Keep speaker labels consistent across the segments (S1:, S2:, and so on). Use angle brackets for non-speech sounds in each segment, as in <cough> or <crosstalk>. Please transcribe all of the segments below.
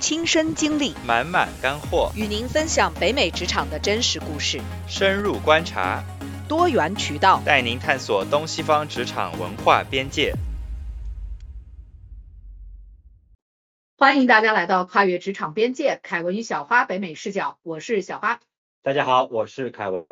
S1: 亲身经历，
S2: 满满干货，
S1: 与您分享北美职场的真实故事，
S2: 深入观察，
S1: 多元渠道。
S2: 带您探索东西方职场文化边界。
S3: 欢迎大家来到跨越职场边界，凯文与小花北美视角，我是小花。
S4: 大家好，我是凯文。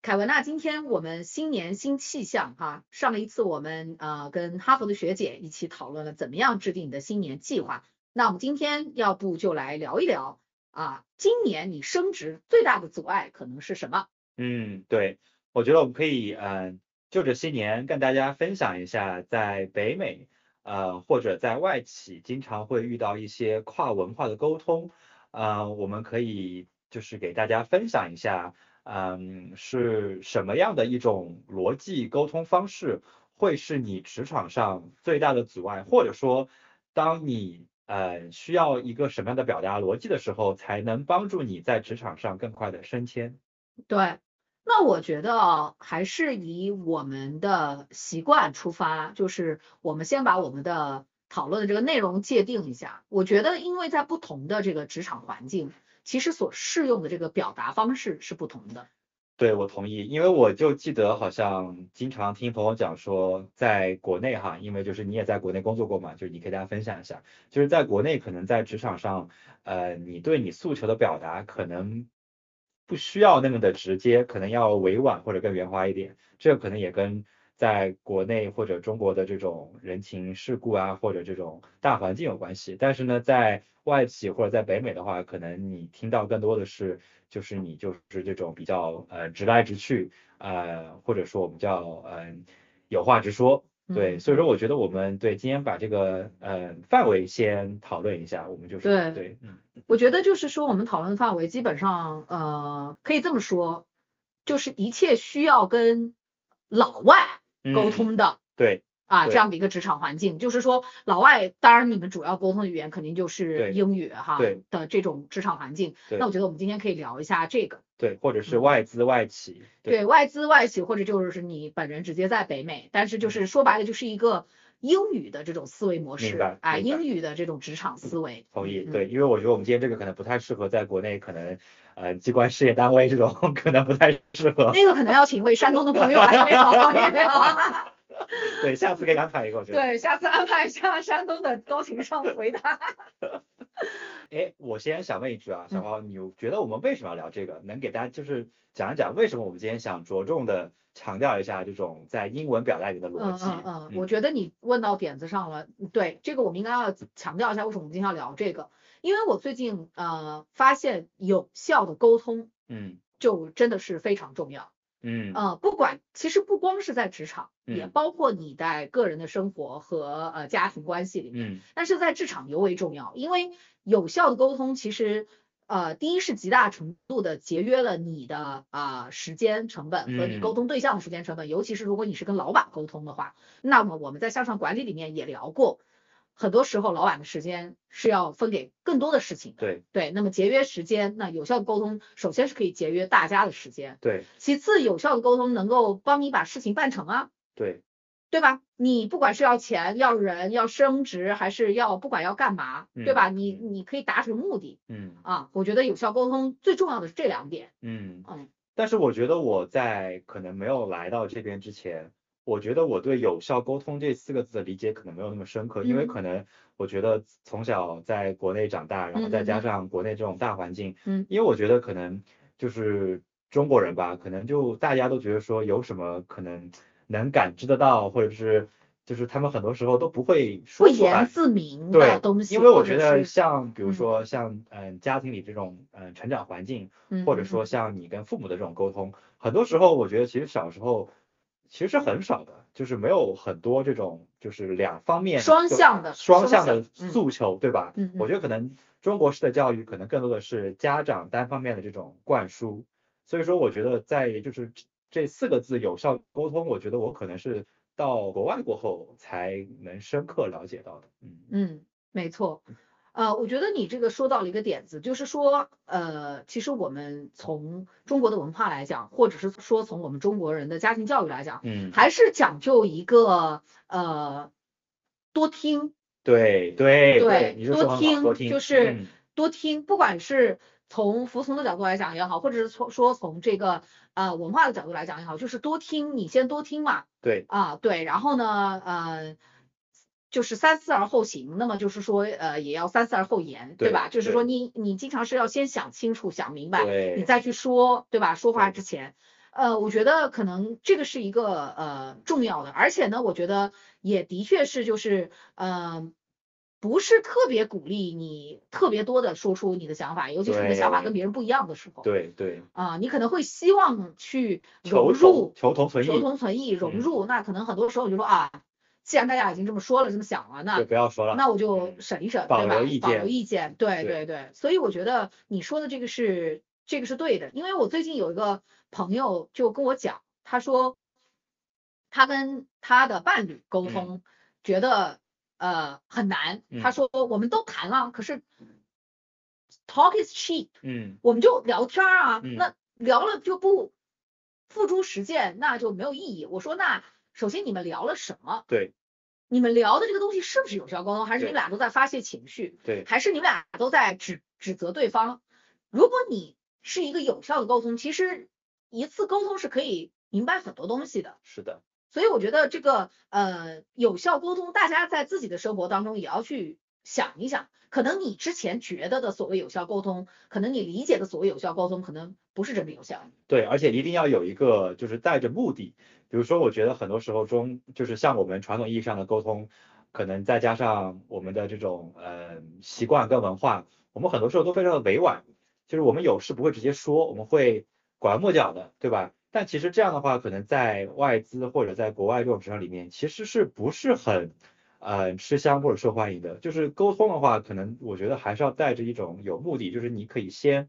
S3: 凯文啊，今天我们新年新气象哈、上一次我们呃跟哈佛的学姐一起讨论了怎么样制定你的新年计划，那我们今天要不就来聊一聊啊，今年你升职最大的阻碍可能是什么？
S4: 嗯，对，我觉得我们可以，嗯、就着新年跟大家分享一下，在北美，呃，或者在外企，经常会遇到一些跨文化的沟通，呃，我们可以就是给大家分享一下，嗯、是什么样的一种逻辑沟通方式会是你职场上最大的阻碍，或者说，当你呃需要一个什么样的表达逻辑的时候，才能帮助你在职场上更快的升迁。
S3: 对，那我觉得啊还是以我们的习惯出发，就是我们先把我们的讨论的这个内容界定一下。我觉得，因为在不同的这个职场环境，其实所适用的这个表达方式是不同的。
S4: 对，我同意，因为我就记得好像经常听朋友讲说，在国内哈，因为就是你也在国内工作过嘛，就是你可以大家分享一下，就是在国内可能在职场上，呃，你对你诉求的表达可能不需要那么的直接，可能要委婉或者更圆滑一点，这个可能也跟在国内或者中国的这种人情世故啊，或者这种大环境有关系。但是呢，在外企或者在北美的话，可能你听到更多的是，就是你就是这种比较呃直来直去，呃，或者说我们叫嗯、有话直说。对，
S3: 嗯
S4: 所以说我觉得我们对今天把这个呃范围先讨论一下，我们就是
S3: 对
S4: 对，嗯
S3: 我觉得就是说，我们讨论范围基本上，呃，可以这么说，就是一切需要跟老外沟
S4: 嗯
S3: 通的
S4: 对。
S3: 啊，这
S4: 对
S3: 样的一个职场环境，就是说老外，当然你们主要沟通的语言肯定就是
S4: 对
S3: 英语哈
S4: 对
S3: 的这种职场环境。
S4: 对
S3: 那我觉得我们今天可以聊一下这个，
S4: 对，或者是
S3: 嗯
S4: 外资外企，对
S3: 对外资外企或者就是你本人直接在北美，但是
S4: 嗯
S3: 就是说白了就是一个英语的这种思维模
S4: 明
S3: 式
S4: 白
S3: 啊，
S4: 明白
S3: 英语的这种职场思维。
S4: 同意，
S3: 嗯
S4: 对，因为我觉得我们今天这个可能不太适合在国内，可能呃机关事业单位这种 <laughs> 可能不太适合，
S3: 那个可能要请一位山东的朋友来聊。
S4: 对，下次可以安排一个，我觉得。
S3: 对，下次安排一下山东的高情商回答。
S4: 哎，我先想问一句啊，小
S3: 嗯
S4: 花，你觉得我们为什么要聊这个？能给大家就是讲一讲为什么我们今天想着重的强调一下这种在英文表达里的逻
S3: 嗯
S4: 辑？
S3: 嗯嗯，我觉得你问到点子上了。对，这个我们应该要强调一下，为什么我们今天要聊这个？因为我最近呃发现有效的沟通
S4: 嗯
S3: 就真的是非常重要。
S4: 嗯
S3: 呃，不管其实不光是在职场，也
S4: 嗯
S3: 包括你在个人的生活和呃家庭关系里面。
S4: 嗯
S3: 但是在职场尤为重要，因为有效的沟通其实，呃，第一是极大程度的节约了你的啊、时间成本和你沟
S4: 嗯
S3: 通对象的时间成本，尤其是如果你是跟老板沟通的话，那么我们在向上管理里面也聊过，很多时候老板的时间是要分给更多的事情的。
S4: 对
S3: 对，那么节约时间，那有效的沟通首先是可以节约大家的时间，
S4: 对
S3: 其次有效的沟通能够帮你把事情办成啊。
S4: 对
S3: 对吧？你不管是要钱、要人、要升职，还是要不管要干嘛，对
S4: 嗯
S3: 吧？你
S4: 嗯
S3: 你可以达成目的
S4: 嗯。
S3: 啊。我觉得有效沟通最重要的是这两点。
S4: 嗯
S3: 嗯，
S4: 但是我觉得我在可能没有来到这边之前，我觉得我对有效沟通这四个字的理解可能没有那么深刻，因
S3: 嗯
S4: 为可能我觉得从小在国内长大，然后
S3: 嗯
S4: 再
S3: 嗯
S4: 加
S3: 嗯
S4: 上国内这种大环境，
S3: 嗯
S4: 因为我觉得可能就是中国人吧，可能就大家都觉得说有什么可能能感知得到，或者是就是他们很多时候都不会
S3: 不
S4: 说出
S3: 言
S4: 来。
S3: 自明的
S4: 对
S3: 东西，
S4: 因为我
S3: 或
S4: 觉
S3: 者
S4: 得
S3: 是
S4: 像比如
S3: 嗯
S4: 说像嗯、呃家庭里这种嗯、呃成长环境，
S3: 嗯
S4: 或者
S3: 嗯
S4: 说
S3: 嗯
S4: 像你跟父母的这种沟通，很多时候我觉得其实小时候其实是很少的，就是没有很多这种就是两方面
S3: 双
S4: 就
S3: 向的
S4: 双
S3: 双
S4: 向的
S3: 向嗯
S4: 诉求，对吧？
S3: 嗯
S4: 我
S3: 嗯
S4: 觉得可能中国式的教育可能更多的是家长单方面的这种灌输，所以说我觉得在就是这这四个字有效沟通，我觉得我可能是到国外过后才能深刻了解到的，嗯
S3: 嗯，没错。呃，我觉得你这个说到了一个点子，就是说，呃，其实我们从中国的文化来讲，或者是说从我们中国人的家庭教育来讲，
S4: 嗯
S3: 还是讲究一个呃多听
S4: 对对
S3: 对
S4: 你是
S3: 多
S4: 说很好，
S3: 听
S4: 多听，
S3: 就是
S4: 嗯
S3: 多听，不管是从服从的角度来讲也好，或者是从说从这个呃文化的角度来讲也好，就是多听，你先多听嘛，
S4: 对
S3: 啊对，然后呢，呃，就是三思而后行，那么就是说呃也要三思而后言，对
S4: 对
S3: 吧？就是说
S4: 对
S3: 你你经常是要先想清楚、想明白，你
S4: 对
S3: 再去说，对吧？说话
S4: 对
S3: 之前，呃，我觉得可能这个是一个呃重要的，而且呢，我觉得也的确是就是呃，不是特别鼓励你特别多的说出你的想法，尤其是你的想法跟
S4: 对
S3: 别人不一样的时候，
S4: 对对，
S3: 啊、你可能会希望去融
S4: 求
S3: 入
S4: 同，求同存异
S3: 求，同存异，融
S4: 嗯
S3: 入。那可能很多时候你就说啊，既然大家已经这么说了，这么想了，那
S4: 就不要说了，
S3: 那我就
S4: 嗯
S3: 审一审，
S4: 保
S3: 对吧？
S4: 留意
S3: 保留
S4: 见
S3: 意见，对对
S4: 对
S3: 对。所以我觉得你说的这个是这个是对的，因为我最近有一个朋友就跟我讲，他说他跟他的伴侣沟
S4: 嗯
S3: 通，觉得呃很难。他
S4: 嗯
S3: 说我们都谈了，可是 talk is cheap，
S4: 嗯，
S3: 我们就聊天儿啊，
S4: 嗯
S3: 那聊了就不付诸实践，那就没有意义。我说那首先你们聊了什么？
S4: 对
S3: 你们聊的这个东西是不是有效沟通，还是你
S4: 对
S3: 们俩都在发泄情绪，
S4: 对
S3: 还是你们俩都在指指责对方？如果你是一个有效的沟通，其实一次沟通是可以明白很多东西的。
S4: 是的，
S3: 所以我觉得这个呃有效沟通，大家在自己的生活当中也要去想一想，可能你之前觉得的所谓有效沟通，可能你理解的所谓有效沟通，可能不是真的有效。
S4: 对，而且一定要有一个就是带着目的，比如说我觉得很多时候中就是像我们传统意义上的沟通，可能再加上我们的这种呃习惯跟文化，我们很多时候都非常的委婉，就是我们有事不会直接说，我们会拐弯抹角的，对吧？但其实这样的话，可能在外资或者在国外这种职场里面，其实是不是很呃吃香或者受欢迎的？就是沟通的话，可能我觉得还是要带着一种有目的，就是你可以先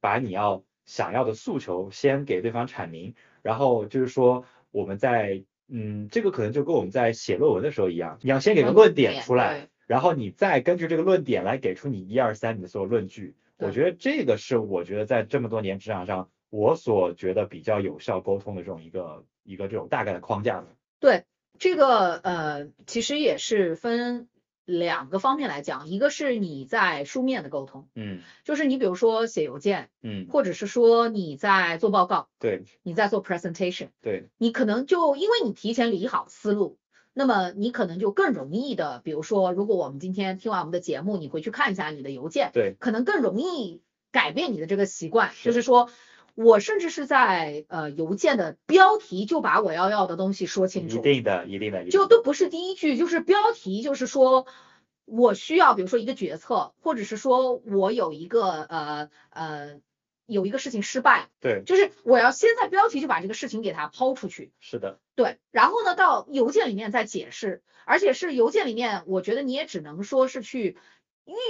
S4: 把你要想要的诉求先给对方阐明，然后就是说我们在嗯，这个可能就跟我们在写论文的时候一样，你要先给个论点出
S3: 嗯
S4: 来，，然后你再根据这个论点来给出你一二三你的所有论据。我
S3: 对
S4: 觉得这个是我觉得在这么多年职场上，我所觉得比较有效沟通的这种一个一个这种大概的框架吧。
S3: 这个呃，其实也是分两个方面来讲，一个是你在书面的沟通，
S4: 嗯
S3: 就是你比如说写邮件，
S4: 嗯，
S3: 或者是说你在做报告，
S4: 对
S3: 你在做 presentation，
S4: 对
S3: 你可能就因为你提前理好思路，那么你可能就更容易的，比如说，如果我们今天听完我们的节目，你回去看一下你的邮件，
S4: 对
S3: 可能更容易改变你的这个习惯，就是是说。我甚至是在呃邮件的标题就把我要要的东西说清
S4: 一
S3: 楚，
S4: 定的，一定的，一
S3: 就
S4: 定
S3: 都
S4: 的
S3: 不是第一句，就是标题，就是说我需要，比如说一个决策，或者是说我有一个呃呃有一个事情失败，
S4: 对，
S3: 就是我要先在标题就把这个事情给它抛出去，
S4: 是的，
S3: 对，然后呢，到邮件里面再解释，而且是邮件里面，我觉得你也只能说是去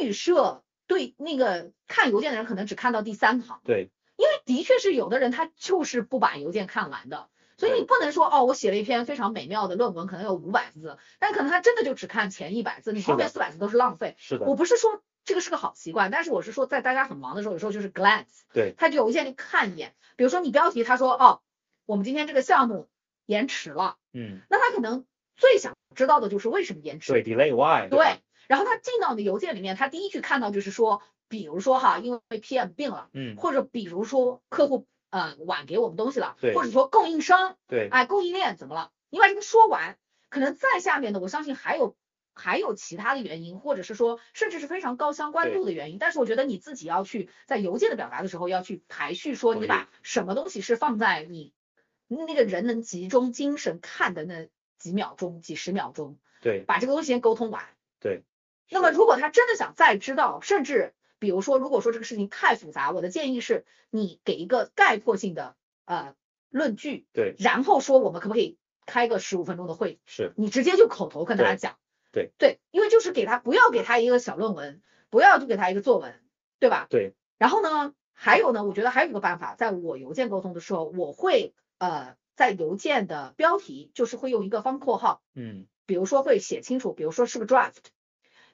S3: 预设对那个看邮件的人可能只看到第三行，
S4: 对
S3: 因为的确是有的人他就是不把邮件看完的，所以你
S4: 对
S3: 不能说哦，我写了一篇非常美妙的论文，可能有五百字，但可能他真的就只看前一百字，你
S4: 是
S3: 后面
S4: 的
S3: 四百字都是浪费。
S4: 是的
S3: 我，不是说这个是个好习惯，但是我是说在大家很忙的时候，有时候就是 glance，
S4: 对
S3: 他就邮件里看一眼，比如说你标题他说哦，我们今天这个项目延迟了。
S4: 嗯，
S3: 那他可能最想知道的就是为什么延迟。
S4: 对，delay why，
S3: 对
S4: 吧，
S3: 然后他进到你的邮件里面，他第一句看到就是说，比如说哈，因为 PM 病了，
S4: 嗯，
S3: 或者比如说客户呃晚给我们东西了，
S4: 对
S3: 或者说供应商
S4: 对
S3: 哎供应链怎么了？你把这个说完，可能再下面的我相信还有。还有其他的原因，或者是说，甚至是非常高相关
S4: 对
S3: 度的原因。但是我觉得你自己要去在邮件的表达的时候，要去排序，说
S4: 同
S3: 你
S4: 意
S3: 把什么东西是放在你那个人能集中精神看的那几秒钟、几十秒钟，
S4: 对
S3: 把这个东西先沟通完。
S4: 对。
S3: 那么，如果他真的想再知道，甚至比如说，如果说这个事情太复杂，我的建议是你给一个概括性的呃论据，
S4: 对
S3: 然后说我们可不可以开个十五分钟的会，
S4: 是，
S3: 你直接就口头跟大家
S4: 对
S3: 讲。
S4: 对
S3: 对，因为就是给他不要给他一个小论文，不要就给他一个作文，对吧？
S4: 对。
S3: 然后呢，还有呢，我觉得还有一个办法，在我邮件沟通的时候，我会呃在邮件的标题就是会用一个方括号，
S4: 嗯
S3: 比如说会写清楚，比如说是个 draft，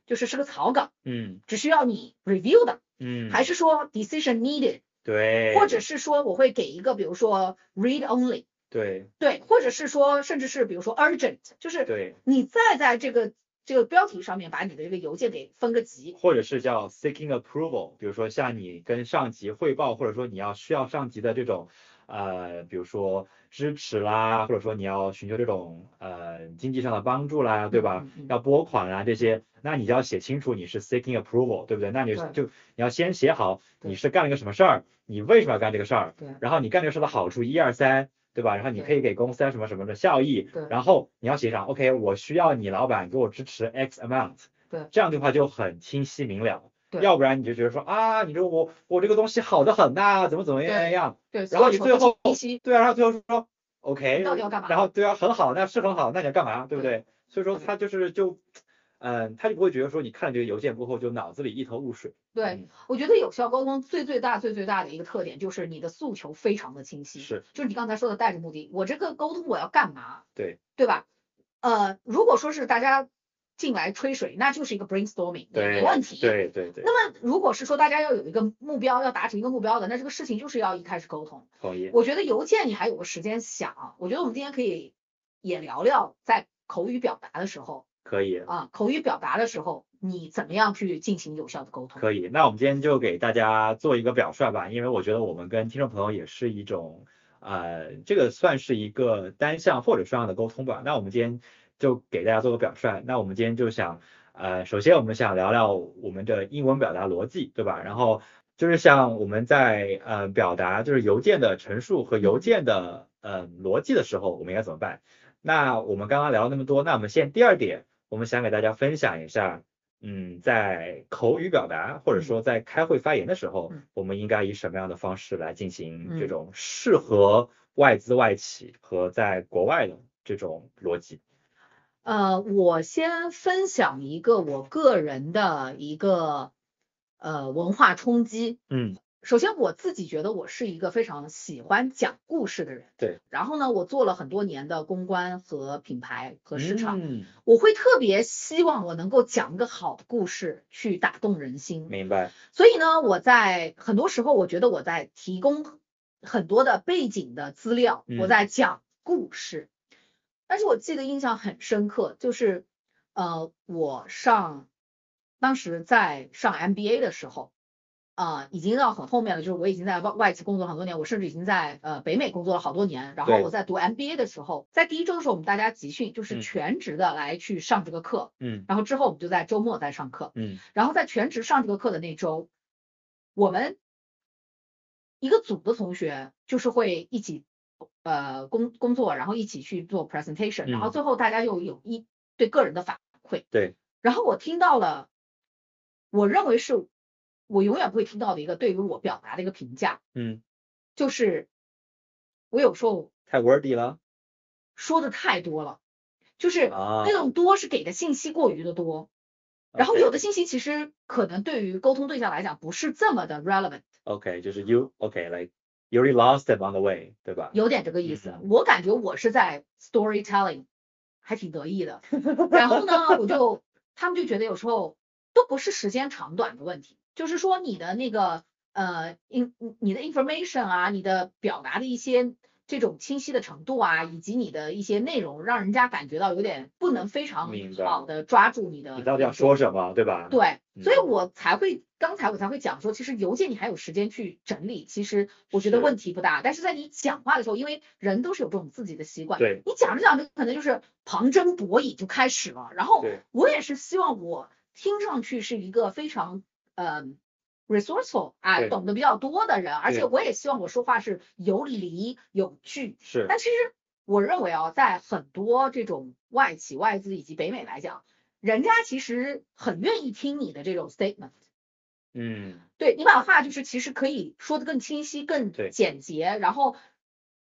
S3: 就是是个草稿，
S4: 嗯
S3: 只需要你 review 的，
S4: 嗯，
S3: 还是说 decision needed，
S4: 对，
S3: 或者是说我会给一个比如说 read only，
S4: 对
S3: 对，或者是说甚至是比如说 urgent，就是
S4: 对
S3: 你再在这个这个标题上面把你的这个邮件给分个级。
S4: 或者是叫 seeking approval，比如说像你跟上级汇报，或者说你要需要上级的这种呃，比如说支持啦，或者说你要寻求这种呃经济上的帮助啦，对吧？
S3: 嗯？嗯嗯
S4: 要拨款啊这些，那你就要写清楚你是 seeking approval，对不对？那你
S3: 对
S4: 就你要先写好
S3: 对
S4: 你是干了个什么事儿，你为什么要干这个事儿
S3: 对，
S4: 然后你干这个事儿的好处一二三，对吧？然后你可以给公司啊什么什么的效益
S3: 对，
S4: 然后你要写上 OK，我需要你老板给我支持 X amount，
S3: 对
S4: 这样的话就很清晰明了。
S3: 对
S4: 要不然你就觉得说啊，你说我我这个东西好的很呐、怎么怎么样
S3: 对
S4: 样，
S3: 对，
S4: 然后你
S3: 所
S4: 最
S3: 有
S4: 后
S3: 信息
S4: 对啊，然后最后说 OK，
S3: 你到底要干嘛？
S4: 然后对啊，很好，那是很好，那你要干嘛，对不
S3: 对
S4: 对？所以说
S3: 对
S4: 他就是就，嗯，他就不会觉得说你看了这个邮件过后就脑子里一头雾水。
S3: 对，
S4: 嗯，
S3: 我觉得有效沟通最最大最最大的一个特点就是你的诉求非常的清晰，
S4: 是
S3: 就是你刚才说的带着目的，我这个沟通我要干嘛？
S4: 对，
S3: 对吧？呃，如果说是大家进来吹水，那就是一个 brainstorming，也没
S4: 对，
S3: 问题。。
S4: 对对对，
S3: 那么如果是说大家要有一个目标，要达成一个目标的，那这个事情就是要一开始沟通。
S4: 同意。
S3: 我觉得邮件你还有个时间想，我觉得我们今天可以也聊聊在口语表达的时候
S4: 可以，
S3: 啊，口语表达的时候你怎么样去进行有效的沟通。
S4: 可以。那我们今天就给大家做一个表率吧，因为我觉得我们跟听众朋友也是一种，呃，这个算是一个单向或者双向的沟通吧。那我们今天就给大家做个表率。那我们今天就想，呃，首先我们想聊聊我们的英文表达逻辑，对吧？然后就是像我们在呃表达就是邮件的陈述和邮件的呃逻辑的时候，我们应该怎么办？那我们刚刚聊了那么多，那我们现在第二点，我们想给大家分享一下，嗯，在口语表达或者说在开会发言的时候
S3: 嗯，
S4: 我们应该以什么样的方式来进行
S3: 嗯
S4: 这种适合外资外企和在国外的这种逻辑？
S3: 呃，我先分享一个我个人的一个呃文化冲击。
S4: 嗯，
S3: 首先，我自己觉得我是一个非常喜欢讲故事的人。
S4: 对。
S3: 然后呢，我做了很多年的公关和品牌和市场，
S4: 嗯，
S3: 我会特别希望我能够讲一个好的故事去打动人心。
S4: 明白，
S3: 所以呢，我在很多时候，我觉得我在提供很多的背景的资料，我
S4: 嗯
S3: 在讲故事。但是我记得印象很深刻，就是呃，我上当时在上 MBA 的时候，啊、已经到很后面了，就是我已经在外外企工作了很多年，我甚至已经在呃北美工作了好多年。然后
S4: 对
S3: 我在读 MBA 的时候，在第一周的时候，我们大家集训，就是
S4: 嗯
S3: 全职的来去上这个课，
S4: 嗯
S3: 然后之后我们就在周末再上课。
S4: 嗯
S3: 然后在全职上这个课的那周，我们一个组的同学就是会一起呃工工作，然后一起去做 presentation，然后
S4: 嗯
S3: 最后大家又有一对个人的反馈。
S4: 对。
S3: 然后我听到了，我认为是我永远不会听到的一个对于我表达的一个评价，
S4: 嗯，
S3: 就是我有时候
S4: 太 wordy 了
S3: 说的太多了，就是
S4: 啊
S3: 那种多是给的信息过于的多。然后有的信息其实可能对于沟通对象来讲不是这么的 relevant，
S4: ，OK，就是 you OK like you already lost them on the way，对吧？
S3: 有点这个意思
S4: 嗯。
S3: 我感觉我是在 storytelling，还挺得意
S4: <laughs>
S3: 的。然后呢，我就他们就觉得有时候都不是时间长短的问题，就是说你的那个呃 in 你的 information 啊，你的表达的一些这种清晰的程度啊，以及你的一些内容，让人家感觉到有点不能非常
S4: 明白
S3: 好的抓住你的
S4: 你到底要
S3: 一种
S4: 说什么，对吧？
S3: 对，所以
S4: 嗯
S3: 我才会刚才我才会讲说，其实邮件你还有时间去整理，其实我觉得
S4: 是
S3: 问题不大。但是在你讲话的时候，因为人都是有这种自己的习惯，
S4: 对
S3: 你讲着讲着可能就是旁征博引就开始了。然后
S4: 对
S3: 我也是希望我听上去是一个非常嗯、resourceful 啊，
S4: 对
S3: 懂得比较多的人，而且
S4: 对
S3: 我也希望我说话是有理有据。
S4: 是
S3: 但其实我认为啊，在很多这种外企、外资以及北美来讲，人家其实很愿意听你的这种 statement。
S4: 嗯，
S3: 对你把话就是其实可以说的更清晰、更
S4: 对
S3: 简洁，然后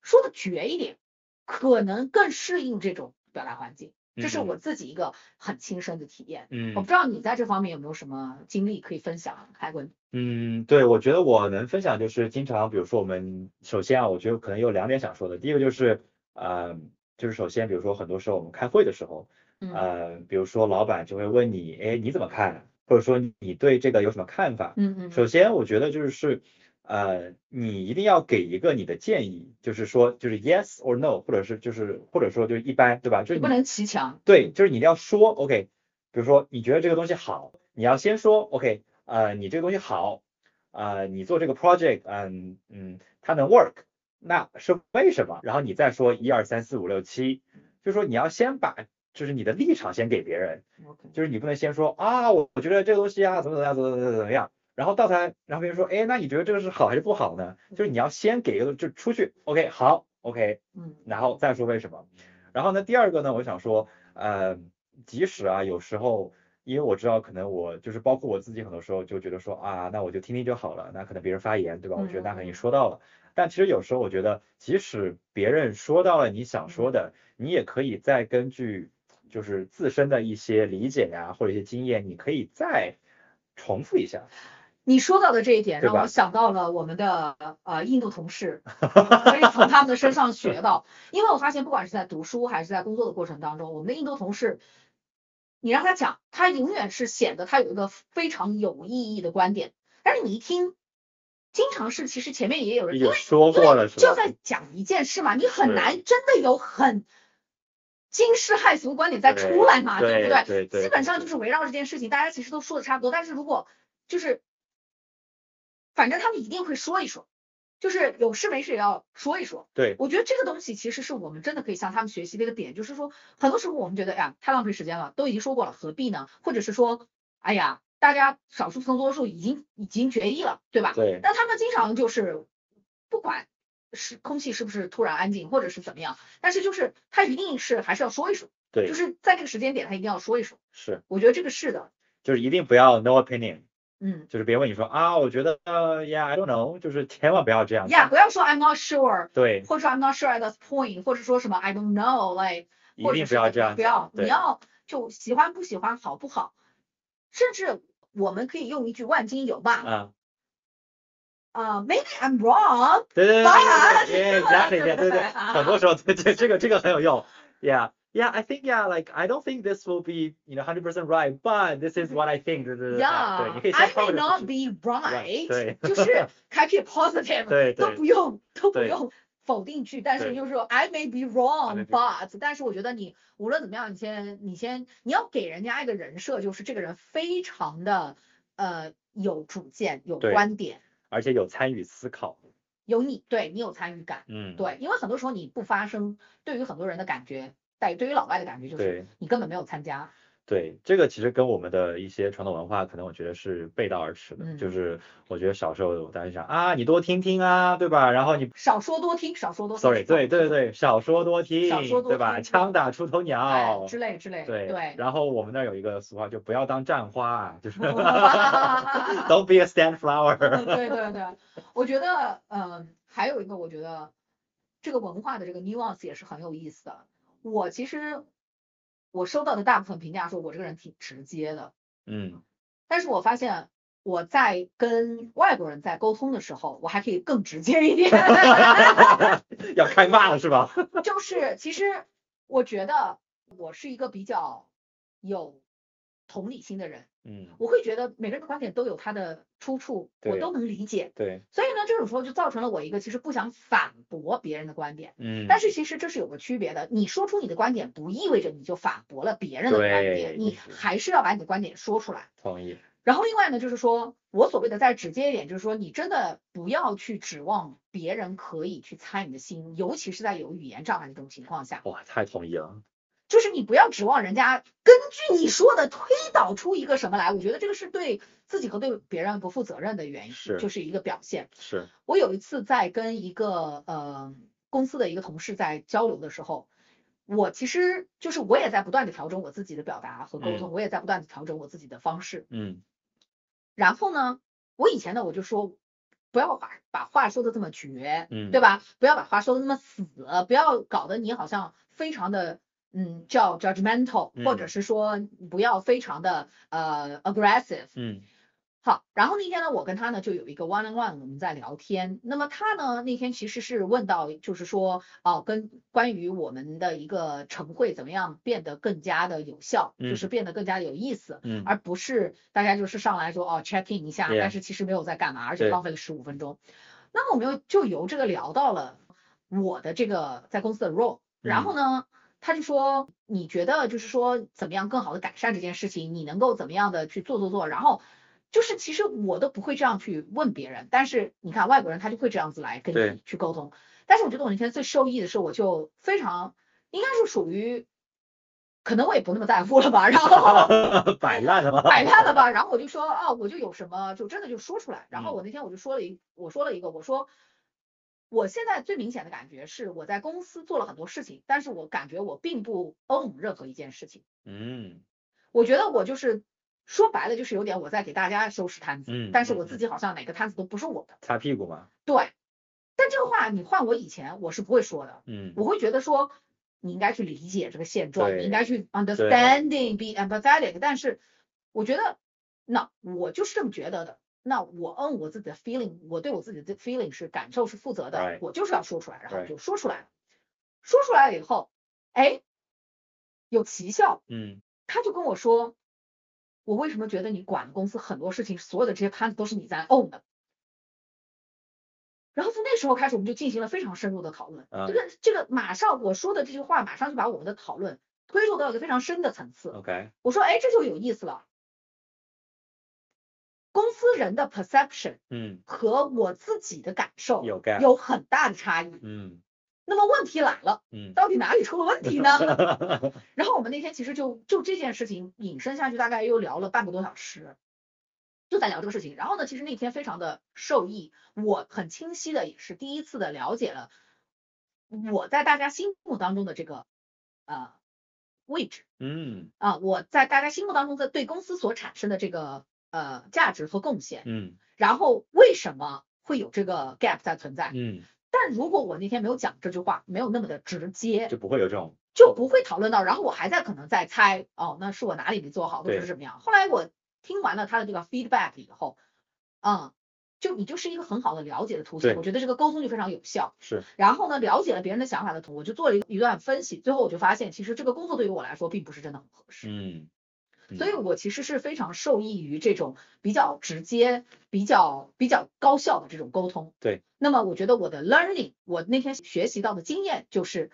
S3: 说的绝一点，可能更适应这种表达环境。这是
S4: 嗯
S3: 我自己一个很亲身的体验。
S4: 嗯
S3: 我不知道你在这方面有没有什么经历可以分享，海文。
S4: 嗯，对，我觉得我能分享就是经常，比如说我们首先啊，我觉得可能有两点想说的。第一个就是，呃，就是首先，比如说很多时候我们开会的时候，
S3: 嗯
S4: 呃，比如说老板就会问你，哎，你怎么看？或者说你对这个有什么看法？
S3: 嗯嗯，
S4: 首先，我觉得就是，呃，你一定要给一个你的建议，就是说，就是 yes or no，或者是就是或者说就是一般，对吧？就
S3: 你
S4: 是
S3: 不
S4: 你
S3: 能骑墙。
S4: 对，就是你一定要说，OK，比如说你觉得这个东西好，你要先说 OK，呃，你这个东西好，呃，你做这个 project，嗯嗯，它能 work，那是为什么？然后你再说一二三四五六七，就是说你要先把就是你的立场先给别人，
S3: 嗯 OK，
S4: 就是你不能先说啊，我我觉得这个东西啊，怎么怎么样，怎么怎么怎么样，然后到他，然后别人说，哎，那你觉得这个是好还是不好呢？就是你要先给一个，就出去，OK，好，OK，
S3: 嗯
S4: 然后再说为什么。然后呢，第二个呢，我想说，呃，即使啊，有时候，因为我知道可能我就是包括我自己，很多时候就觉得说啊，那我就听听就好了，那可能别人发言，对吧？我觉得那可能
S3: 嗯嗯
S4: 你
S3: 嗯
S4: 说到了，但其实有时候我觉得，即使别人说到了你想说的，你也可以再根据就是自身的一些理解呀、或者一些经验，你可以再重复一下。
S3: 你说到的这一点
S4: 对
S3: 让我
S4: 吧
S3: 想到了我们的呃印度同
S4: <laughs>
S3: 事，可以从他们的身上学到，因为我发现不管是在读书还是在工作的过程当中，我们的印度同事，你让他讲，他永远是显得他有一个非常有意义的观点，但是你一听，经常是其实前面也有人因
S4: 有
S3: 为
S4: 说过了是
S3: 就
S4: 吧？
S3: 在讲一件事嘛，你
S4: 是
S3: 很难真的有很惊世骇俗的观点再出来嘛，
S4: 对
S3: 不
S4: 对对对
S3: 基本上就是围绕这件事情，大家其实都说的差不多，但是如果就是，反正他们一定会说一说，就是有事没事也要说一说。
S4: 对
S3: 我觉得这个东西其实是我们真的可以向他们学习的一个点，就是说很多时候我们觉得，哎呀，太浪费时间了，都已经说过了，何必呢？或者是说，哎呀，大家少数服从多数已经已经决议了，对吧？
S4: 对
S3: 但他们经常就是不管是空气是不是突然安静，或者是怎么样，但是就是他一定是还是要说一说，
S4: 对
S3: 就，是在这个时间点他一定要说一说。
S4: 是，
S3: 我觉得这个是的，
S4: 就是一定不要 no opinion。
S3: 嗯，
S4: 就是别问你说啊，我觉得呃呀、i don't know，就是千万不要这样子。
S3: 呀，不要说 I'm not sure，
S4: 对，
S3: 或者说 I'm not sure at this point，或者说什么 I don't know，like，
S4: 一
S3: 或者
S4: 定
S3: 是
S4: 不要这样
S3: 不
S4: 子。
S3: 要，你
S4: 对，
S3: 要就喜欢不喜欢，好不好，甚至我们可以用一句万金油吧，
S4: 啊，
S3: 啊，maybe I'm wrong，
S4: 对对对
S3: 当
S4: 对对，exactly，对对对，很多时候对对，这个这个很有用。Yeah, yeah, I think yeah, like I don't think this will be you know hundred percent right, but this is what I think 对。对对对啊对，你可以先
S3: Yeah，I
S4: 抛
S3: may
S4: 这个
S3: not
S4: 出去
S3: be right，
S4: 对
S3: 就是 <laughs> 还可以 positive，
S4: 对
S3: 都
S4: 对
S3: 不用都不
S4: 对
S3: 用否定句，但是
S4: 对
S3: 就是说 I may be
S4: may be-
S3: wrong，but，但是我觉得你无论怎么样，你先你先你要给人家一个人设，就是这个人非常的呃有主见、有
S4: 对
S3: 观点、
S4: 而且有参与思考。
S3: 有你对你有参与感，
S4: 嗯，
S3: 对，因为很多时候你不发声，对于很多人的感觉，对对于老外的感觉就是
S4: 对
S3: 你根本没有参加，
S4: 对，这个其实跟我们的一些传统文化，可能我觉得是背道而驰的。
S3: 嗯
S4: 就是我觉得小时候我当时想啊，你多听听啊，对吧？然后你
S3: 少说多听，少 <laughs> 说多听少
S4: sorry，对对对，少说多听，
S3: 少说多
S4: 对吧？
S3: 听
S4: 枪打出头
S3: 哎
S4: 鸟，
S3: 之类之类，
S4: 哦对
S3: 对。
S4: 然后我们那儿有一个俗话，就不要当战花，啊
S3: <laughs>
S4: 就是 don't be a stand flower。
S3: 嗯对对对，我觉得，嗯，还有一个，我觉得这个文化的这个 nuance 也是很有意思的。我其实我收到的大部分评价说我这个人挺直接的，
S4: 嗯，
S3: 但是我发现我在跟外国人在沟通的时候，我还可以更直接一点。 <laughs>
S4: 要开骂了是吧？
S3: 嗯就是其实我觉得我是一个比较有同理心的人，
S4: 嗯，
S3: 我会觉得每个人的观点都有他的出处，我
S4: 对
S3: 都能理解。
S4: 对，
S3: 所以呢，这种时候就造成了我一个其实不想反驳别人的观点，
S4: 嗯，
S3: 但是其实这是有个区别的。你说出你的观点，不意味着你就反驳了别人的观
S4: 对
S3: 点，你还是要把你的观点说出来。
S4: 同意，
S3: 然后另外呢，就是说我所谓的再直接一点，就是说你真的不要去指望别人可以去猜你的心，尤其是在有语言障碍的这种情况下，
S4: 哇，太同意了，
S3: 就是你不要指望人家根据你说的推导出一个什么来。我觉得这个是对自己和对别人不负责任的原因，
S4: 是
S3: 就是一个表现。
S4: 是，
S3: 我有一次在跟一个呃公司的一个同事在交流的时候，我其实就是我也在不断的调整我自己的表达和沟通，我也在不断的调整我自己的方式。
S4: 嗯
S3: 然后呢，我以前呢我就说，不要把把话说的这么绝，
S4: 嗯，
S3: 对吧？不要把话说的那么死，不要搞得你好像非常的。嗯，叫 judgmental，或者
S4: 嗯
S3: 是说不要非常的呃 aggressive，
S4: 嗯
S3: 好，然后那天呢，我跟他呢就有一个 one on one，我们在聊天。那么他呢那天其实是问到，就是说哦、跟关于我们的一个晨会怎么样变得更加的有效，就
S4: 嗯
S3: 是变得更加有意思，
S4: 嗯，
S3: 而不是大家就是上来说哦 check in 一下，但
S4: Yeah
S3: 是其实没有在干嘛，而且
S4: 对
S3: 浪费了十五分钟。
S4: 嗯
S3: 那么我们又就由这个聊到了我的这个在公司的 role，然后呢，他是说你觉得就是说怎么样更好的改善这件事情，你能够怎么样的去做做做，然后就是其实我都不会这样去问别人，但是你看外国人他就会这样子来跟
S4: 对
S3: 你去沟通。但是我觉得我那天最受益的是，我就非常应该是属于，可能我也不那么在乎了吧，然后
S4: 摆烂了吗？
S3: 摆烂了吧，然后我就说啊，我就有什么就真的就说出来。然
S4: 嗯
S3: 后我那天我就说了一，我说了一个，我说我现在最明显的感觉是我在公司做了很多事情，但是我感觉我并不 own 任何一件事情。
S4: 嗯
S3: 我觉得我就是说白了就是有点我在给大家收拾摊子，
S4: 嗯
S3: 但是我
S4: 嗯
S3: 自己好像哪个摊子都不是我的。
S4: 擦屁股嘛，
S3: 对，但这个话你换我以前我是不会说的，
S4: 嗯
S3: 我会觉得说你应该去理解这个现状，你应该去 understanding be empathetic。但是我觉得，那我就是这么觉得的。那我 own 我自己的 feeling，我对我自己的 feeling 是感受是负责的
S4: Right.
S3: 我就是要说出来，然后
S4: Right.
S3: 就说出来了。说出来了以后，哎，有奇效，
S4: 嗯
S3: 他就跟我说，我为什么觉得你管的公司很多事情，所有的这些摊子都是你在 own 的。然后从那时候开始，我们就进行了非常深入的讨论。
S4: 啊
S3: 这个这个，马上我说的这句话，马上就把我们的讨论推入到一个非常深的层次。
S4: ，OK，
S3: 我说，哎，这就有意思了。公司人的 perception
S4: 嗯
S3: 和我自己的感受
S4: 有 gap
S3: 有很大的差异。
S4: 嗯
S3: 那么问题来了，
S4: 嗯， <laughs>
S3: 到底哪里出了问题呢？然后我们那天其实就就这件事情引申下去，大概又聊了半个多小时，就在聊这个事情。然后呢，其实那天非常的受益，我很清晰的也是第一次的了解了我在大家心目当中的这个呃位置
S4: 嗯
S3: 啊、我在大家心目当中的对公司所产生的这个呃价值和贡献，
S4: 嗯
S3: 然后为什么会有这个 gap 在存在？
S4: 嗯，
S3: 但如果我那天没有讲这句话，没有那么的直接，
S4: 就不会有这种，
S3: 就不会讨论到，然后我还在可能在猜，哦，那是我哪里没做好，或者
S4: 对
S3: 是怎么样。后来我听完了他的这个 feedback 以后，嗯，就你就是一个很好的了解的途径，
S4: 对
S3: 我觉得这个沟通就非常有效。
S4: 是，
S3: 然后呢，了解了别人的想法的同，我就做了一一段分析，最后我就发现，其实这个工作对于我来说并不是真的很合适。
S4: 嗯，嗯
S3: 所以我其实是非常受益于这种比较直接、比较比较高效的这种沟通。
S4: 对。
S3: 那么我觉得我的 learning，我那天学习到的经验就是，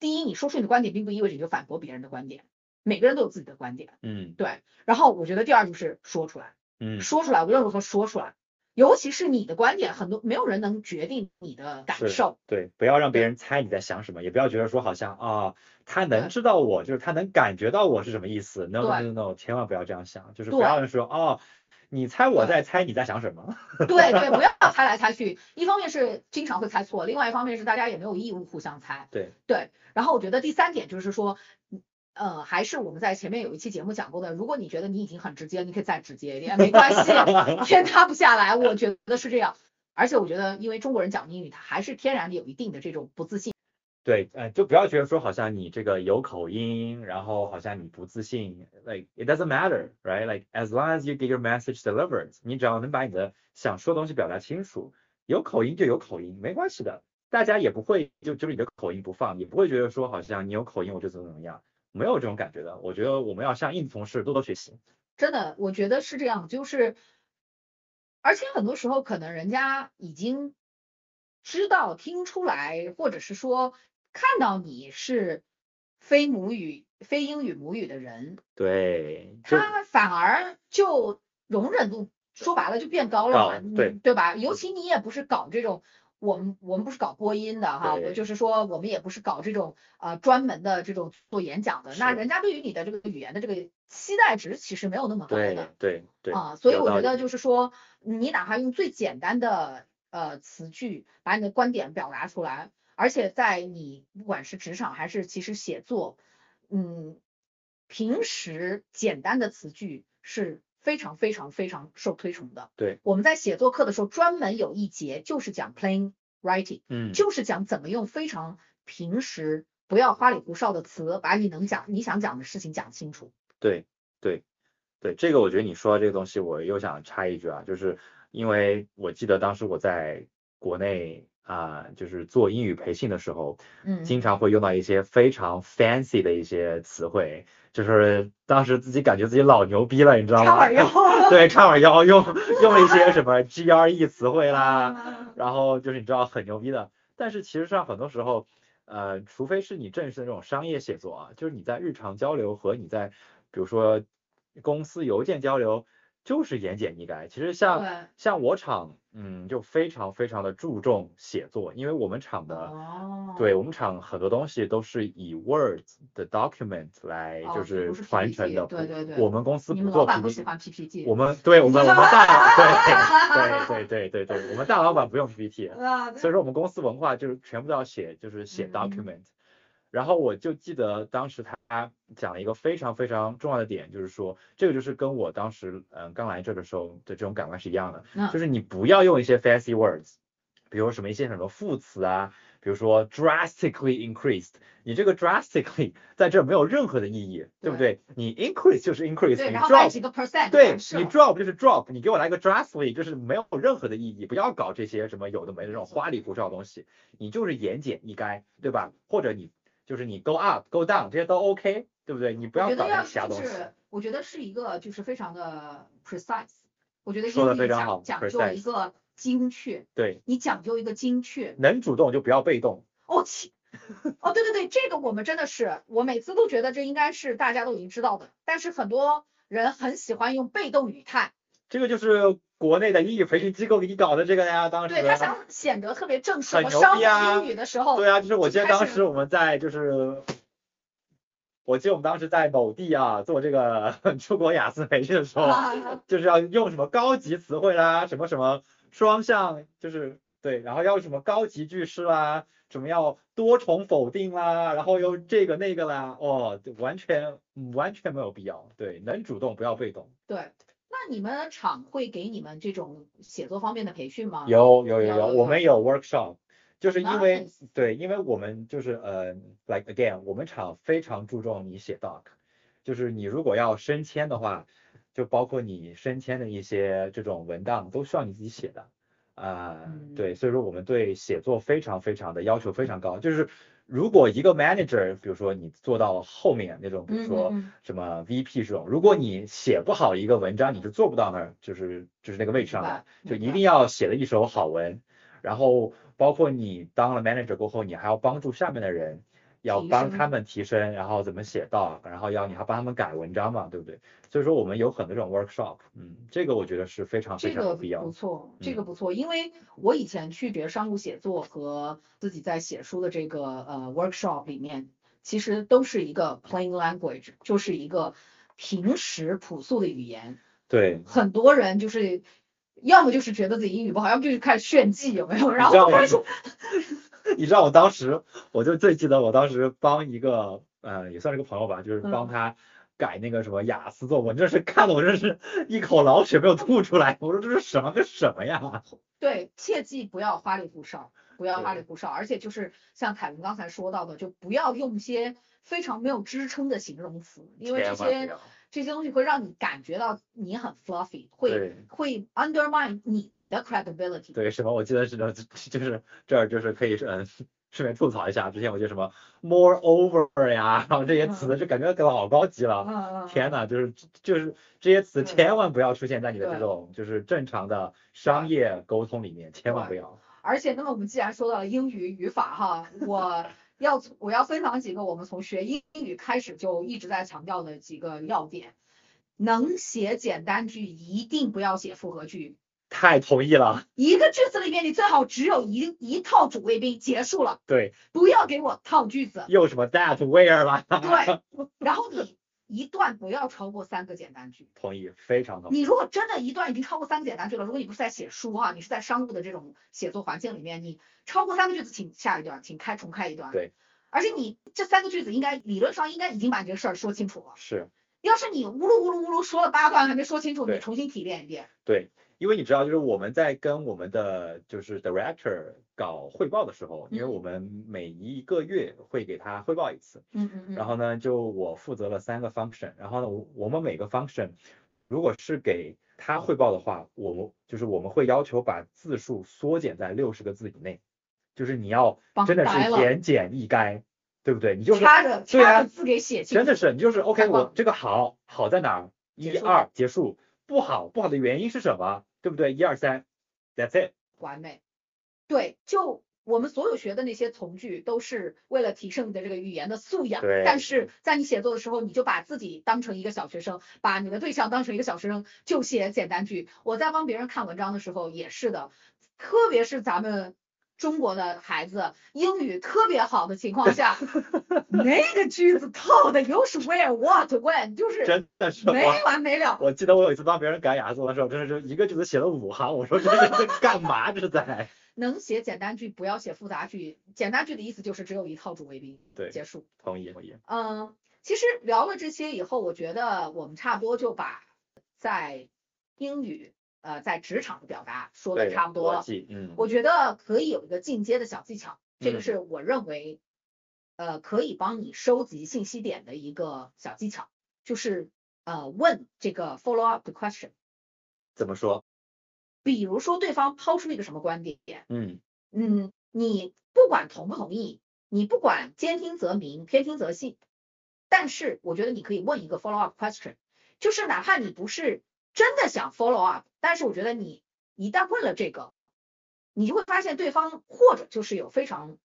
S3: 第一，你说出你的观点，并不意味着你就反驳别人的观点，每个人都有自己的观点。
S4: 嗯
S3: 对。然后我觉得第二就是说出来，
S4: 嗯
S3: 说出来，无论如何说出来，尤其是你的观点，很多没有人能决定你的
S4: 是
S3: 感受。
S4: 对，不要让别
S3: 对
S4: 人猜你在想什么，也不要觉得说好像啊，他能
S3: 对
S4: 知道我，就是他能感觉到我是什么意思。No no
S3: 对
S4: no no，千万不要这样想，就是不
S3: 对
S4: 要说哦，你猜我
S3: 对
S4: 在猜你在想什么。 <laughs>
S3: 对对，不要猜来猜去，一方面是经常会猜错，另外一方面是大家也没有义务互相猜。
S4: 对 <laughs>
S3: 对，然后我觉得第三点就是说，嗯呃，还是我们在前面有一期节目讲过的，如果你觉得你已经很直接，你可以再直接一点，没关系，天塌不下来，我觉得是这样。而且我觉得，因为中国人讲英语，他还是天然的有一定的这种不自信。
S4: 对，呃，就不要觉得说好像你这个有口音，然后好像你不自信，like it doesn't matter，right？Like as long as you get your message delivered，你只要能把你的想说的东西表达清楚，有口音就有口音，没关系的，大家也不会就就是你的口音不放，也不会觉得说好像你有口音我就怎么怎么样，没有这种感觉的。我觉得我们要向印度同事多多学习。
S3: 真的，我觉得是这样，就是，而且很多时候可能人家已经知道、听出来，或者是说看到你是非母语、非英语母语的人，
S4: 对，就
S3: 他反而就容忍度说白了就变高
S4: 高
S3: 了嘛，
S4: 对
S3: 嗯对吧？尤其你也不是搞这种，我们我们不是搞播音的哈，
S4: 对
S3: 我就是说我们也不是搞这种呃专门的这种做演讲的，那
S4: 是
S3: 人家对于你的这个语言的这个期待值其实没有那么高
S4: 对
S3: 的
S4: 对对
S3: 啊，所以
S4: 有
S3: 我
S4: 道
S3: 觉得
S4: 理
S3: 就是说，你哪怕用最简单的呃词句把你的观点表达出来，而且在你不管是职场还是其实写作，嗯，平时简单的词句是非常非常非常受推崇的。
S4: 对，
S3: 我们在写作课的时候专门有一节就是讲 plain writing，
S4: 嗯
S3: 就是讲怎么用非常平时不要花里胡哨的词，把你能讲你想讲的事情讲清楚。
S4: 对对对，这个我觉得你说的这个东西，我又想插一句啊，就是因为我记得当时我在国内啊、就是做英语培训的时候，
S3: 嗯，
S4: 经常会用到一些非常 fancy 的一些词汇，就是当时自己感觉自己老牛逼了，你知道
S3: 插
S4: 吗？
S3: 耳
S4: <laughs>
S3: 药
S4: 对，叉耳腰用用了一些
S3: <laughs>
S4: 什么 GRE 词汇啦，
S3: 啊
S4: 然后就是你知道很牛逼的，但是其实上很多时候，呃，除非是你正式的那种商业写作啊，就是你在日常交流和你在比如说公司邮件交流，就是言简意赅。其实
S3: <laughs> 对
S4: 像像我厂，嗯，就非常非常的注重写作，因为我们厂的。
S3: 哦，
S4: 对我们厂很多东西都是以 Word 的 document 来
S3: 哦
S4: 就
S3: 就不是
S4: 传承
S3: PPT
S4: 的，
S3: 对
S4: 不
S3: 对对
S4: 我们公司
S3: 你
S4: 不
S3: 们老
S4: 做
S3: 板不喜
S4: PPT，
S3: 欢 PPT。
S4: 我们对我们我们大对对对对对，我们大老板不用 PPT，
S3: 啊，
S4: 所以说我们公司文化就是全部都要写，就是写
S3: 嗯
S4: document。然后我就记得当时他讲了一个非常非常重要的点，就是说这个就是跟我当时嗯、呃刚来这的时候的这种感官是一样的，
S3: 那
S4: 就是你不要用一些 fancy words，比如什么一些很多副词啊，比如说 drastically increased，你这个 drastically 在这儿没有任何的意义，对不对？你 increase 就是 increase，
S3: 对，
S4: 你
S3: 然后卖
S4: drop
S3: 几个 percent，
S4: 对
S3: 完事
S4: 你
S3: 了
S4: drop 就是 drop，你给我来个 drastically 就是没有任何的意义，不要搞这些什么有的没的这种花里胡哨的东西，你就是言简意赅，对吧？或者你就是你 go up go down 这些都 OK，对不对？你不
S3: 我
S4: 要
S3: 觉得
S4: 搞那
S3: 要
S4: 些其他
S3: 就
S4: 东西。嗯
S3: 是，我觉得是一个就是非常的 precise。我觉得
S4: 说
S3: 英
S4: 得
S3: 语
S4: 非常
S3: 讲
S4: 好
S3: 讲究
S4: ，precise
S3: 一个精确，
S4: 对，
S3: 你讲究一个精确。
S4: 能主动就不要被动。
S3: 哦，
S4: <laughs>
S3: 其哦，对对对，这个我们真的是，我每次都觉得这应该是大家都已经知道的，但是很多人很喜欢用被动语态，
S4: 这个就是国内的英语培训机构给你搞的这个呀，当时。
S3: 对他想显得特别正式。
S4: 啊很
S3: 我
S4: 牛
S3: 上
S4: 逼啊
S3: 英语的时候，
S4: 对啊，就是我记得
S3: 就开
S4: 当
S3: 始
S4: 时我们在就是，我记得我们当时在某地啊做这个 <laughs> 出国雅思培训的时候，
S3: 啊
S4: 就是要用什么高级词汇啦，什么什么双向，就是对，然后要什么高级句式啦，什么要多重否定啦，然后又这个那个啦，哦，完全嗯完全没有必要，对，能主动不要被动。
S3: 对。那你们厂会给你们这种写作方面的培训吗？
S4: 有有有
S3: 啊有
S4: 有，
S3: 有啊
S4: 我
S3: 有
S4: 们有 workshop，就是因为
S3: Nice
S4: 对，因为我们就是呃，like again，我们厂非常注重你写 doc，就是你如果要升迁的话，就包括你升迁的一些这种文档都需要你自己写的啊、
S3: 嗯
S4: 对，所以说我们对写作非常非常的要求非常高，就是如果一个 manager，比如说你做到后面那种，比如
S3: 嗯，嗯
S4: 说。
S3: 嗯
S4: 什么 VP 这种，如果你写不好一个文章，你就做不到那儿，就是就是那个位置上
S3: 明
S4: 的
S3: 白，
S4: 就
S3: 明
S4: 一
S3: 白
S4: 定要写了一手好文，然后包括你当了 manager 过后，你还要帮助下面的人，要
S3: 提
S4: 帮
S3: 升
S4: 他们提升，然后怎么写到，然后要你还帮他们改文章嘛，对不对？所以说我们有很多这种 workshop，嗯，这个我觉得是非常非
S3: 这
S4: 常有
S3: 个
S4: 必要
S3: 不
S4: 的，
S3: 错，这
S4: 嗯
S3: 个不错，因为我以前去学商务写作和自己在写书的这个呃 workshop 里面，其实都是一个 plain language，就是一个平时朴素的语言。
S4: 对。
S3: 很多人就是要么就是觉得自己英语不好，要么就是开始炫技，有没有？然
S4: 你知道
S3: 后
S4: 我
S3: 开始，
S4: 你知道我当时，我就最记得我当时帮一个，呃，也算是个朋友吧，就是帮
S3: 嗯
S4: 他改那个什么雅思作文，真是看的我真是一口老血没有吐出来。我说这是什么跟什么呀？
S3: 对，切记不要花里胡哨，不要花
S4: 对
S3: 里胡哨，而且就是像凯文刚才说到的，就不要用一些非常没有支撑的形容词，因为啊这
S4: 千万不
S3: 些
S4: 要
S3: 这些东西会让你感觉到你很 fluffy，会
S4: 对
S3: 会 undermine 你的 credibility。
S4: 对，什么我记得是的，就是这儿就是可以嗯。顺 <laughs> 便吐槽一下，之前我记得什么 moreover 呀，然后这些词就感觉老高级了。
S3: 嗯，
S4: 天呐，就是就是这些词
S3: 对
S4: 千万不要出现在你的这
S3: 对
S4: 种就是正常的商业沟通里面，千万不
S3: 对
S4: 要。
S3: 而且，那么我们既然说到了英语语法哈，
S4: <laughs>
S3: 我要我要分享几个我们从学英语开始就一直在强调的几个要点。能写简单句，一定不要写复合句。
S4: 太同意了，
S3: 一个句子里面，你最好只有一一套主谓宾，结束了，
S4: 对，
S3: 不要给我套句
S4: <laughs>
S3: 子。
S4: 又什么 that where 啦，
S3: 对，然后你一段不要超过三个简单句。
S4: <laughs> 同意，非常同意。
S3: 你如果真的一段已经超过三个简单句了，如果你不是在写书啊哈、你是在商务的这种写作环境里面，你超过三个句子，请下一段，请开重开一段。
S4: 对，
S3: 而且你这三个句子应该理论上应该已经把你这个事儿说清楚了。
S4: 是
S3: 要是你呜噜呜噜呜噜说了八段还没说清楚，
S4: 对
S3: 你重新提炼一遍。
S4: 对，因为你知道，就是我们在跟我们的就是 director 搞汇报的时候，因为
S3: 嗯
S4: 我们每一个月会给他汇报一次，
S3: 嗯嗯嗯
S4: 然后呢，就我负责了三个 function，然后呢，我我们每个 function 如果是给他汇报的话，我们就是我们会要求把字数缩减在六十个字以内，就是你要
S3: 绑
S4: 真的是
S3: 白了
S4: 言简意赅，对不对？你就是
S3: 掐着
S4: 对
S3: 掐
S4: 啊
S3: 着字给写清
S4: 真
S3: 楚。
S4: 的是，你就是 OK，
S3: 太棒
S4: 我
S3: 了
S4: 这个好好在哪儿？
S3: 结
S4: 一
S3: 束
S4: 二结束，不好不好的原因是什么？对不对？一二三，That's it。
S3: 完美。对，就我们所有学的那些从句都是为了提升你的这个语言的素养
S4: 对，
S3: 但是在你写作的时候，你就把自己当成一个小学生，把你的对象当成一个小学生，就写简单句。我在帮别人看文章的时候也是的，特别是咱们中国的孩子英语特别好的情况
S4: <laughs>
S3: 下，那个句子套的又是 where what when，就是
S4: 真的是
S3: 没
S4: 我。
S3: 完没了。
S4: 我记得我有一次帮别人改雅思的时候，真的是一个句子写了五行，我说这是干嘛这是在？
S3: 能写简单句，不要写复杂句。简单句的意思就是只有一套主谓宾，
S4: 对
S3: 结束。
S4: 同意同意，
S3: 嗯，其实聊了这些以后，我觉得我们差不多就把在英语呃在职场的表达说的
S4: 对，
S3: 差不多
S4: 逻
S3: 了。
S4: 辑，嗯，
S3: 我觉得可以有一个进阶的小技巧，这个
S4: 嗯
S3: 是我认为呃可以帮你收集信息点的一个小技巧，就是呃问这个 follow up 的 question。
S4: 怎么说？
S3: 比如说对方抛出一个什么观点，
S4: 嗯，
S3: 嗯，你不管同不同意，你不管兼听则明，偏听则信，但是我觉得你可以问一个 follow up question，就是哪怕你不是真的想 follow up，但是我觉得你一旦问了这个，你就会发现对方或者就是有非常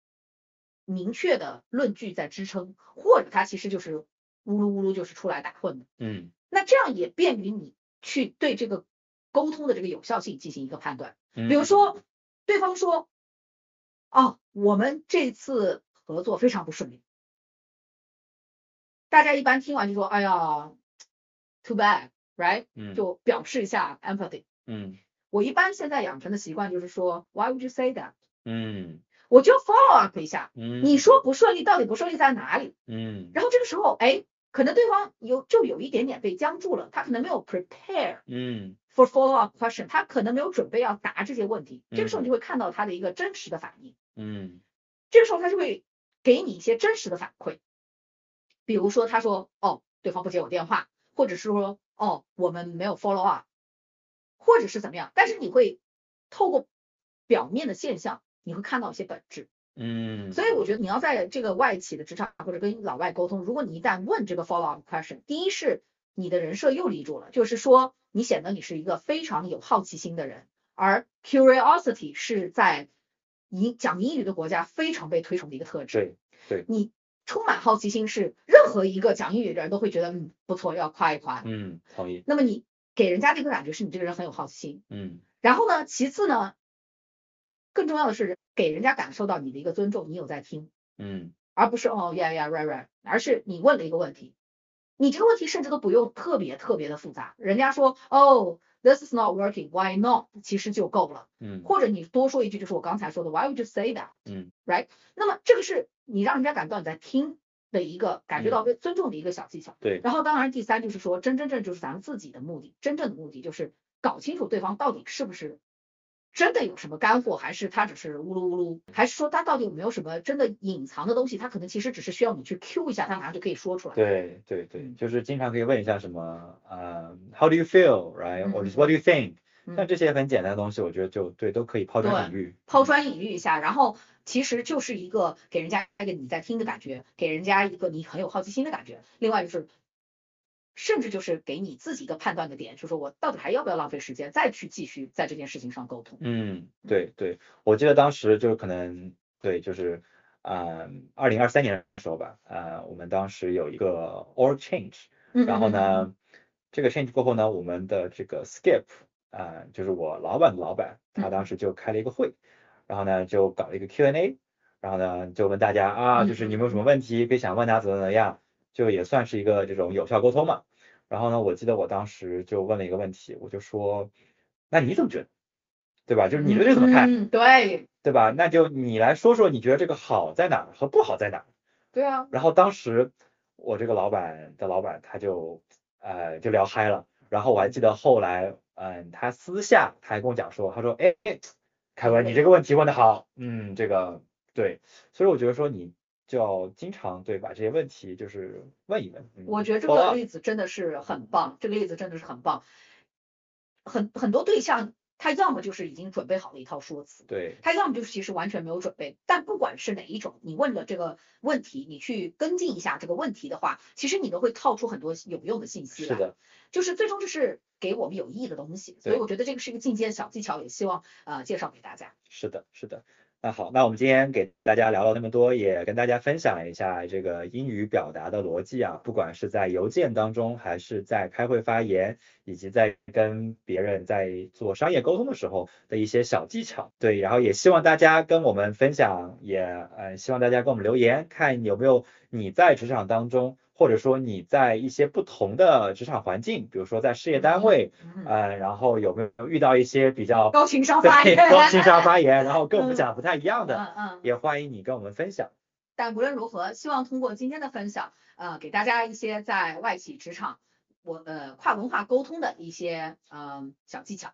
S3: 明确的论据在支撑，或者他其实就是呜噜呜噜就是出来打混的。
S4: 嗯
S3: 那这样也便于你去对这个沟通的这个有效性进行一个判断。
S4: 嗯，
S3: 比如说，对方说：“哦，我们这次合作非常不顺利。”大家一般听完就说：“哎呀，too bad, right？”
S4: 嗯，
S3: 就表示一下 empathy。
S4: 嗯
S3: 我一般现在养成的习惯就是说：“Why would you say that？”
S4: 嗯
S3: 我就 follow up 一下，
S4: 嗯，
S3: 你说不顺利到底不顺利在哪里？
S4: 嗯
S3: 然后这个时候，哎，可能对方有就有一点点被僵住了，他可能没有 prepare。
S4: 嗯
S3: for follow up question，他可能没有准备要答这些问题，这个时候
S4: 嗯
S3: 你就会看到他的一个真实的反应，
S4: 嗯
S3: 这个时候他就会给你一些真实的反馈，比如说他说哦对方不接我电话，或者是说哦我们没有 follow up，或者是怎么样，但是你会透过表面的现象，你会看到一些本质，
S4: 嗯，
S3: 所以我觉得你要在这个外企的职场或者跟老外沟通，如果你一旦问这个 follow up question，第一是你的人设又立住了，就是说你显得你是一个非常有好奇心的人，而 curiosity 是在英讲英语的国家非常被推崇的一个特质。
S4: 对
S3: 你充满好奇心是任何一个讲英语的人都会觉得嗯不错，要夸一夸。
S4: 嗯，同意，
S3: 那么你给人家这个感觉是你这个人很有好奇心。
S4: 嗯
S3: 然后呢，其次呢，更重要的是给人家感受到你的一个尊重，你有在听。
S4: 嗯
S3: 而不是哦呀呀 right right，而是你问了一个问题，你这个问题甚至都不用特别特别的复杂，人家说哦 this is not working why not，其实就够了，
S4: 嗯
S3: 或者你多说一句就是我刚才说的 why would you say that，
S4: 嗯
S3: ，right，那么这个是你让人家感到你在听的一个感觉到被尊重的一个小技巧。
S4: 嗯对
S3: 然后当然第三就是说真真正就是咱们自己的目的，真正的目的就是搞清楚对方到底是不是。真的有什么干货，还是他只是呜噜呜噜，还是说他到底有没有什么真的隐藏的东西？他可能其实只是需要你去 Q 一下，他马上就可以说出来。
S4: 对对对，
S3: 嗯
S4: 就是经常可以问一下什么，呃，How do you feel, right? 或者
S3: 嗯
S4: What do you think?
S3: 嗯
S4: 像这些很简单的东西，我觉得就对都可以抛砖引
S3: 对
S4: 玉。
S3: 抛砖引玉一下，然后其实就是一个给人家一个你在听的感觉，给人家一个你很有好奇心的感觉。另外就是，甚至就是给你自己一个判断的点，就是说我到底还要不要浪费时间再去继续在这件事情上沟通。
S4: 嗯，对对，我记得当时就可能对，就是啊，二零二三年的时候吧，啊，我们当时有一个 org change，
S3: <laughs>
S4: 然后呢，这个 change 过后呢，我们的这个 Skip 啊、就是我老板的老板，他当时就开了一个会，然后呢就搞了一个 Q&A，然后呢就问大家啊，就是你们有什么问题可以想问他怎么怎么样，就也算是一个这种有效沟通嘛。然后呢，我记得我当时就问了一个问题，我就说，那你怎么觉得？对吧？就是你对这怎么看，
S3: 嗯，对，
S4: 对吧？那就你来说说，你觉得这个好在哪儿和不好在哪儿？
S3: 对啊，
S4: 然后当时我这个老板的老板他就呃就聊嗨了，然后我还记得后来嗯、他私下他还跟我讲说，他说哎哎，凯文你这个问题问的好，嗯这个对，所以我觉得说你就要经常对把这些问题就是问一问，嗯
S3: 我觉得这
S4: follow
S3: 个
S4: up
S3: 例子真的是很棒，这个例子真的是很棒。很很多对象，他要么就是已经准备好了一套说辞，
S4: 对
S3: 他要么就是其实完全没有准备，但不管是哪一种，你问了这个问题，你去跟进一下这个问题的话，其实你都会套出很多有用的信息
S4: 是
S3: 来。
S4: 的，
S3: 就是最终这是给我们有益的东西，所以
S4: 对
S3: 我觉得这个是一个进阶的小技巧，也希望呃介绍给大家。
S4: 是的，是的，那好，那我们今天给大家聊了那么多，也跟大家分享一下这个英语表达的逻辑啊，不管是在邮件当中，还是在开会发言，以及在跟别人在做商业沟通的时候的一些小技巧。对，然后也希望大家跟我们分享，也呃希望大家跟我们留言，看有没有你在职场当中，或者说你在一些不同的职场环境，比如说在事业单位，
S3: 嗯，
S4: 呃，然后有没有遇到一些比较
S3: 高情商发
S4: <laughs> 对，
S3: 言，
S4: 高情商发言，然后跟我们讲的不太一样的，
S3: 嗯嗯。
S4: 也欢迎你跟我们分享。
S3: 但无论如何，希望通过今天的分享，呃，给大家一些在外企职场，我呃跨文化沟通的一些呃小技巧。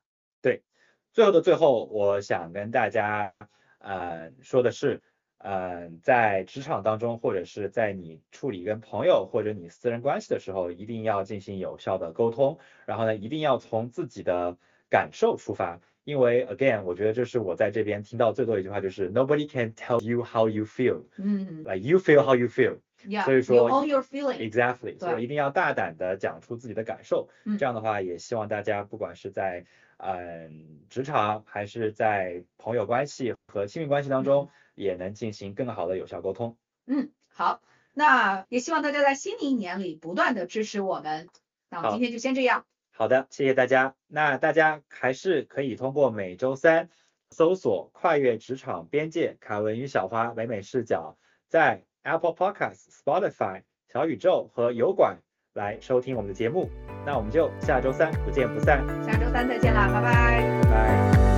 S4: 最后的最后，我想跟大家呃说的是，呃，在职场当中，或者是在你处理跟朋友或者你私人关系的时候，一定要进行有效的沟通，然后呢，一定要从自己的感受出发。因为 again，我觉得这是我在这边听到最多的一句话，就是 nobody can tell you how you feel，like
S3: 嗯
S4: you feel how you feel。
S3: ，Yeah，
S4: 所以说
S3: you own your feeling。
S4: Exactly，所
S3: 对
S4: 以一定要大胆的讲出自己的感受。
S3: 嗯
S4: 这样的话，也希望大家不管是在嗯、职场，还是在朋友关系和亲密关系当中，也能进行更好的有效沟通。
S3: 嗯，好，那也希望大家在新的一年里不断的支持我们。那我们
S4: 好
S3: 今天就先这样。
S4: 好的，谢谢大家。那大家还是可以通过每周三搜索“跨越职场边界”，凯文与小花美美视角，在 Apple Podcast、Spotify、小宇宙和油管来收听我们的节目。那我们就下周三不见不散，
S3: 下周三再见啦，拜拜。
S4: 拜拜。